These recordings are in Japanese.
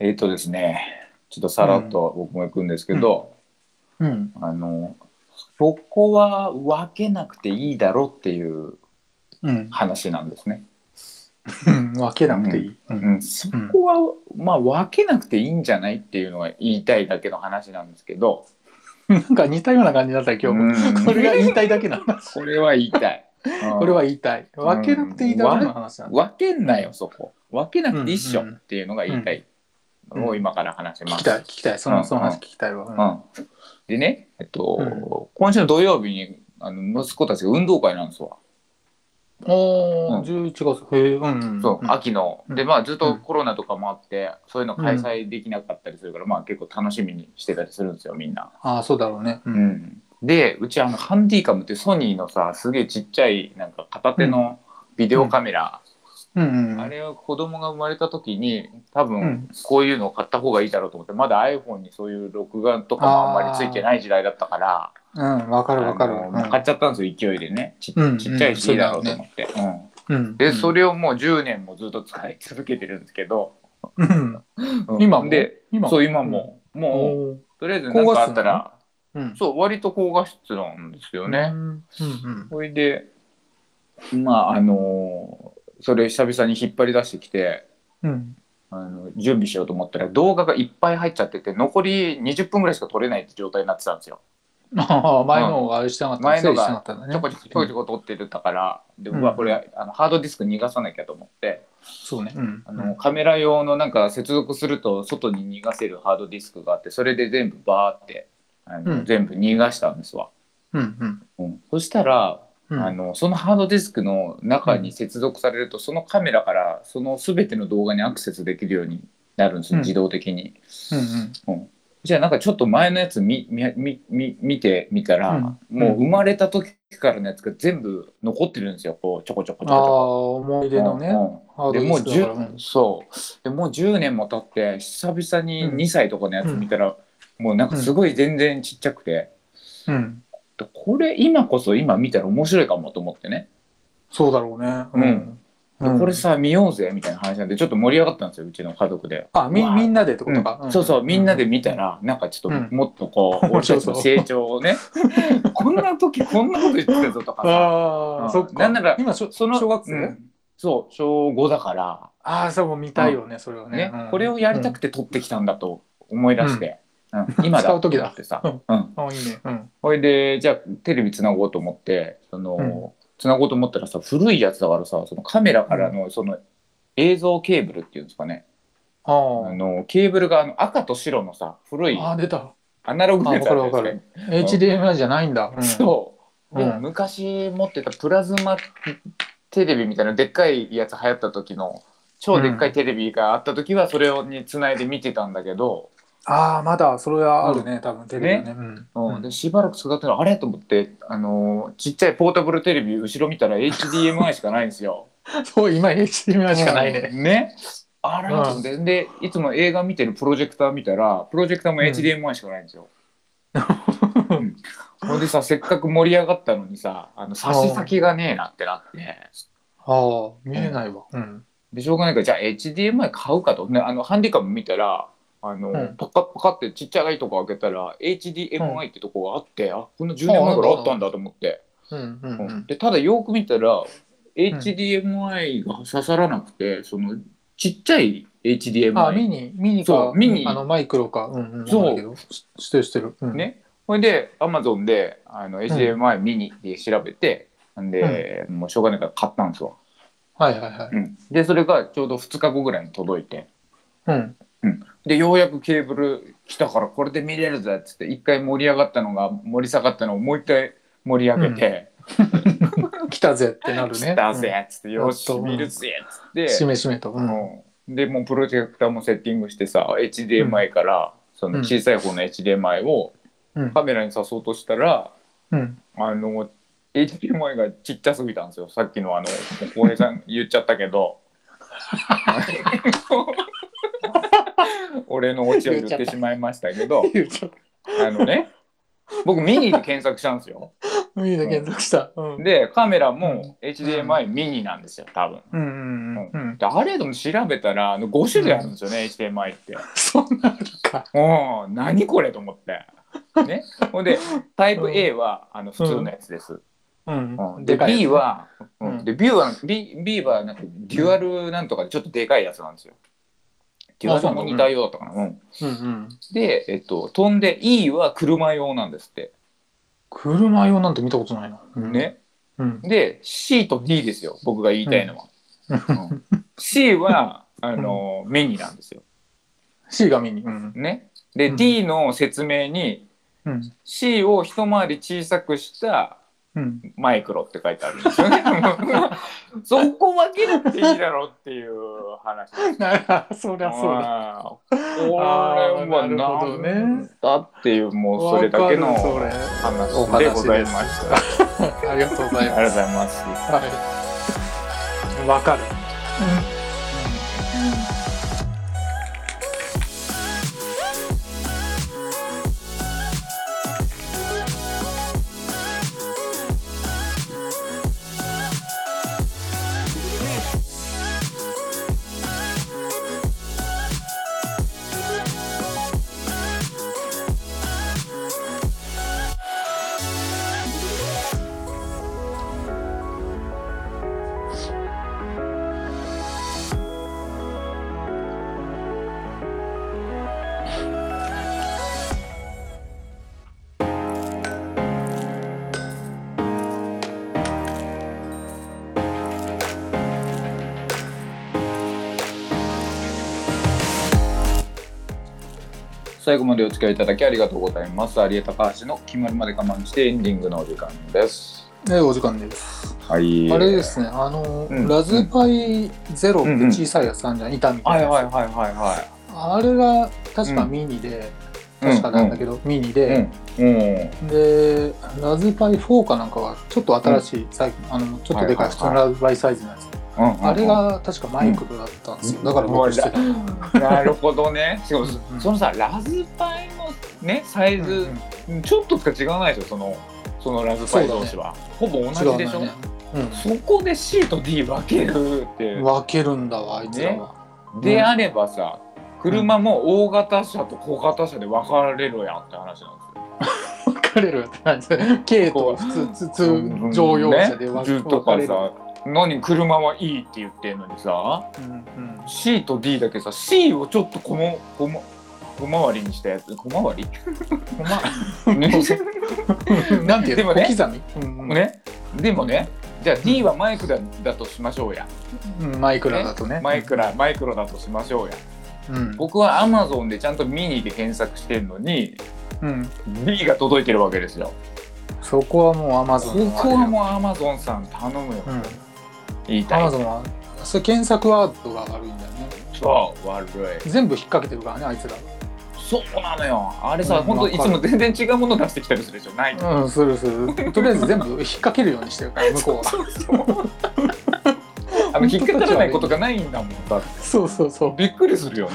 えっ、とですね、ちょっとさらっと僕も行くんですけど、うん。あの、そこは分けなくていいだろうっていううん。話なんですね。うん分けなくていい。う。うんん、そこは、まあ分けなくていいんじゃないっていうのが言いたいだけの話なんですけど、なんか似たような感じだった、今日うんも。これが言いたいだけな話。これは言いた い。うんこれは言いたい。分けなくていいだろうの話なんだ。分けんなよ、そこ。分けなくていいっしょうんうんっていうのが言いたいうんのを今から話し聞まきす。たい、聞きたい。そうのんその話聞きたいわ。うんうん、でね、えっと、うん今週の土曜日にあの息子たちが運動会なんですわ。おうんー、11月。へえ、うん。そう、ん秋の。で、まあ、ずっうとんコロナとかもあって、そういうの開催できなかったりするから、まあ、結構楽しみにしてたりするんですよ、みんな。ああ、そうだろうね。う。うんん。で、うち、あの、ハンディカムっていうソニーのさ、すげえちっちゃい、なんか片手のビデオカメラ、うんうん。あれを子供が生まれた時に、多う分ん、こういうのを買った方がいいだろうと思って、まだ iPhone にそういう録画とかもあんまりついてない時代だったから、うん、わかるわかある。のうん買っちゃったんですよ、勢いでね。ちうんちっちゃいし、いいだろうと思って。うんうん。で、それをもう10年もずっと使い続けてるんですけど、うん。うん今もで、今もそう、今も、もう、おーとりあえず何かあった高ら、うん。そう、割と高画質なんですよねう。んうんそれで、まあ、あのーそれ久々に引っ張り出してきて、うん。うん。 あの準備しようと思ったら動画がいっぱい入っちゃってて残り20分ぐらいしか撮れないって状態になってたんですよ。ああ、前の方があれしてなかった。前のが整理してなかったんだね。ちょこちょこちょこちょこ撮ってるだからでうんうわこれあのハードディスク逃がさなきゃと思ってそうね。うん。あのカメラ用のなんか接続すると外に逃がせるハードディスクがあってそれで全部バーってあの、うん全部逃がしたんですわ。うんうんうんそしたら、うん。あのそのハードディスクの中に接続されると、そのカメラからその全ての動画にアクセスできるようになるんですよ、うん自動的に。うんうん。じゃあなんかちょっと前のやつ見見見見見てみたら、うんもう生まれた時からのやつが全部残ってるんですよこうちょこちょこちょああ、こ思ちい出ょこ。のね。うんハードでデもィうスクだから10そうでもう10年も経って久々にうん2歳とかのやつ見たら、もうなんかすごい全然ちっちゃくて、うん。これ今こそ今見たら面白いかもと思ってね、そうだろうね。でこれ。さ見ようぜみたいな話なんでちょっと盛り上がったんですようちの家族で。あ、み、わあみんなでってことか。うんそうそうみんなで見たら。らなんかちょっうんともっとこう、俺たちの成長を ねこんな時こんなこと言ってたぞとかさあうんあ、そっなか。んなら今、しょその小学う生んそう小5だから、ああ、そう、もう見たいよね、それはねね。これをやりたくて。て撮ってきたんだと思い出して、うん今だ使う時だってさ、うんうん、ああ、いいね。うん。ほいでじゃあテレビつなごうと思ってその、うんつなごうと思ったらさ古いやつだからさそのカメラからのその映像ケーブルっていうんですかね、ああーのケーブルがあの赤と白のさ古いあー、出た。アナログのやつああるわんでかするわねか。HDMI じゃないんだ。うんそう、うんもう昔持ってたプラズマテレビみたいなでっかいやつ流行った時の超でっかいテレビがあった時はそれをにつないで見てたんだけど、ああ、まだ、それはあるね、多分、テレビはね。うんうんでしばらく使ってるのあれと思って、あのーちっちゃいポータブルテレビ後ろ見たら HDMI しかないんですよ。そう、今 HDMI しかないね。うんねあら、と思ってでいつも映画見てるプロジェクター見たらプロジェクターもうん HDMI しかないん ですよ。うんほんでさせっかく盛り上がったのにさあの差し先がねえなってなってああ、見えないわ。うん。でしょうがないからじゃあ HDMI 買うかと、ね、あのハンディカム見たらあの、うんパカッパカってちっちゃいとこ開けたら HDMI ってとこがあって、あこんな10年前からあったんだと思って、うんうんううんん。でただよく見たら HDMI が刺さらなくてそのちっちゃい HDMI あ、ミニ、ミニそかう、ミニあの、マイクロか。うんうん。そうなんだけどししてるしてる。うん。ね。ほいで、アマゾンで、あの、HDMI ミニで調べて、んで、もうしょうがないから買ったんですわ。はいはいはい。うんで、それがちょうど2日後ぐらいに届いて、うん。で、ようやくケーブル来たから、これで見れるぜっつって、一回盛り上がったのが、盛り下がったのをもう一回盛り上げて、来たぜってなるね。 来たぜっつって、よし、やっと見るぜっつっうん。して、めしめと。うん。うんで、もうプロジェクターもセッティングしてさ、HDMI から、その小さい方の HDMI をうんカメラに刺そうとしたら、 うん。あの HDMI がちっちゃすぎたんですよさっきのあの浩平さん 言っちゃったけど俺のオチを言ってしまいましたけど言うちょっとあのね僕ミニで検索したんですよ。ミニで検索した。うん。うんでカメラも HDMI ミニなんですよ多分。うんうんうん。であれでも調べたらあの5種類あるんですよね、HDMI って。そんなのか。おー何これと思って。ね、ほんでタイプうん A は、あの普通のやつです。うんうんで B は。は、ううんん、で B は B, B はなんかデュアルなんとかでちょっとでかいやつなんですよ。デュアあそうルなのモニター用だったかな。うんうんうん。で、えっと、飛んで E は車用なんですって。車用なんて見たことないな。うん。ね、うん。で C と D ですよ僕が言いたいのは。うん C はあのミニなんですよ。 C がミニ。うん。ね、で、うん D の説明にうん。 C を一回り小さくしたうん。 マイクロって書いてあるんですよね。そこ分けなくていいだろうっていう 話。ああ、そりゃそうだ。あーこれあーはなるほどねなんだっていうもうそれだけのわかるそ話れでございました。た。ありがとうございありがとうまごす。ざいます。はい。わかる。最後までお付き合いいただきありがとうございます。有江高橋の決まるまで我慢してエンディングのお時間です。で、お時間です。はい。あれですね、あの、うんラズパイゼロって小さいやつあんじゃん、板みたはいいな。はいはいはいはあれが確かミニで、うん確かなんだけど、ミニで、い。うん。で、ラズパイ4かなんかは、ちょっと新しい、最近あの、ちょっはいはとでかい、いはい普通のラズパイサイズのやつ。うんあれ。が確かマイクロだったんですよ。うんだから僕してた。なるほどね。しかもうんうんそのさラズパイのねサイズ、ちょっとしか違わないでしょそのそのラズパイ同士は、ほぼ同じでしょ。違うねうんそこで C と D 分けるって、分けるんだわ、あいつらは。であればさ車も大型車と小型車で分かれるやんって話なんですよ。分かれるって何それ軽と普通、通乗用車で分ね、分とかかれる。さ何車はいいって言ってんのにさうんうん、 C と D だけさ C をちょっとこのこま小回りにしたやつ小回 りねなんていうでのも小ね刻み、うんねでもねじゃあ D はマイクだだとしましょうやうんマイクラだとね。マイクラマイクロだとしましょうやうん。僕は Amazon でちゃんとミニで検索してんのにうん。 D が届いてるわけですよそこはもう Amazon このあれこよはもう Amazon さん頼むよ、うん。言いたい Amazon は、それ検索ワードが悪いんだよね。そう悪い全部引っ掛けてるからね、あいつそうなのよ。あれさ、うん本当わかいるつも全然違うもの出してきたりするでしょ。ないの。ら。うん、するする。 とりあえず全部引っ掛けるようにしてるから、向こう は。そうそう。あの引っかからないことがないんだもん。だってそうそうそう。びっくりするよね。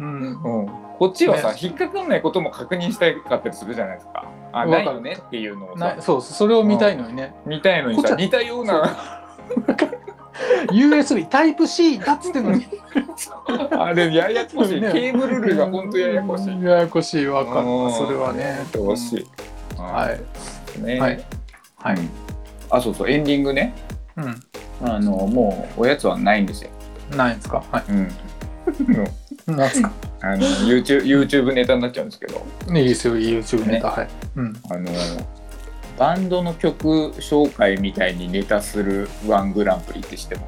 うん。うん。こっちはさ、ね引っかからないことも確認したかったりするじゃないですか。あ、わかなるいよねっていうのをさな、そう、それを見たいのにね。似たいのにこっちさ、は似たような USB タイプ C だっつってんのに。あれややこしい。ねケーブル類が本当ややこしい。ややこしい、わかるうわ。んそれはね。ややこしい。はいい。。ね。はい。はい。あ、そうそう。エンディングね。うあのもうおやつはないんですよ。ん。ないんですか はい。うん。なんですかあの YouTube, YouTube ネタになっちゃうんですけどねいいですよ、YouTube ネねタ。はい。うん。あのバンドの曲紹介みたいにネタするワングランプリって知ってま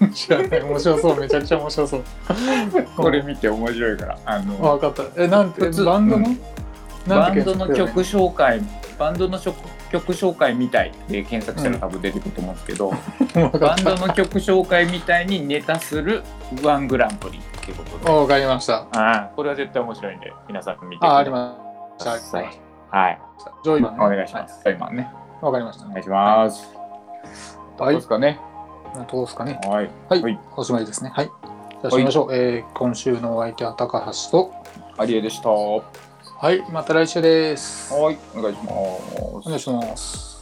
す知らない。 面白そう。めちゃくちゃ面白そう。これ見て面白いからあのわかった。え、なんて、普通バンドの、うなバんてンドの検曲索紹介バンドの曲曲紹介みたいで検索したら多分出てくると思うんですけど、する わかバっンドの曲紹介みたいにネタするワングランプリってことた。でわかりました。あーこれは絶対面白いんで皆さん見てくあ、あだりました。さい。はい、ジョイおマンね願いしま。す。は今ね、わかりましたお。願いします。はいどうですかね。どうですかね。はい。はいはい。おしまいですね。はい。じゃあ、締めましょう。えー今週のお相手は高橋と、アリエでした。ははい、また来週です。はい、お願いしますお。願いします。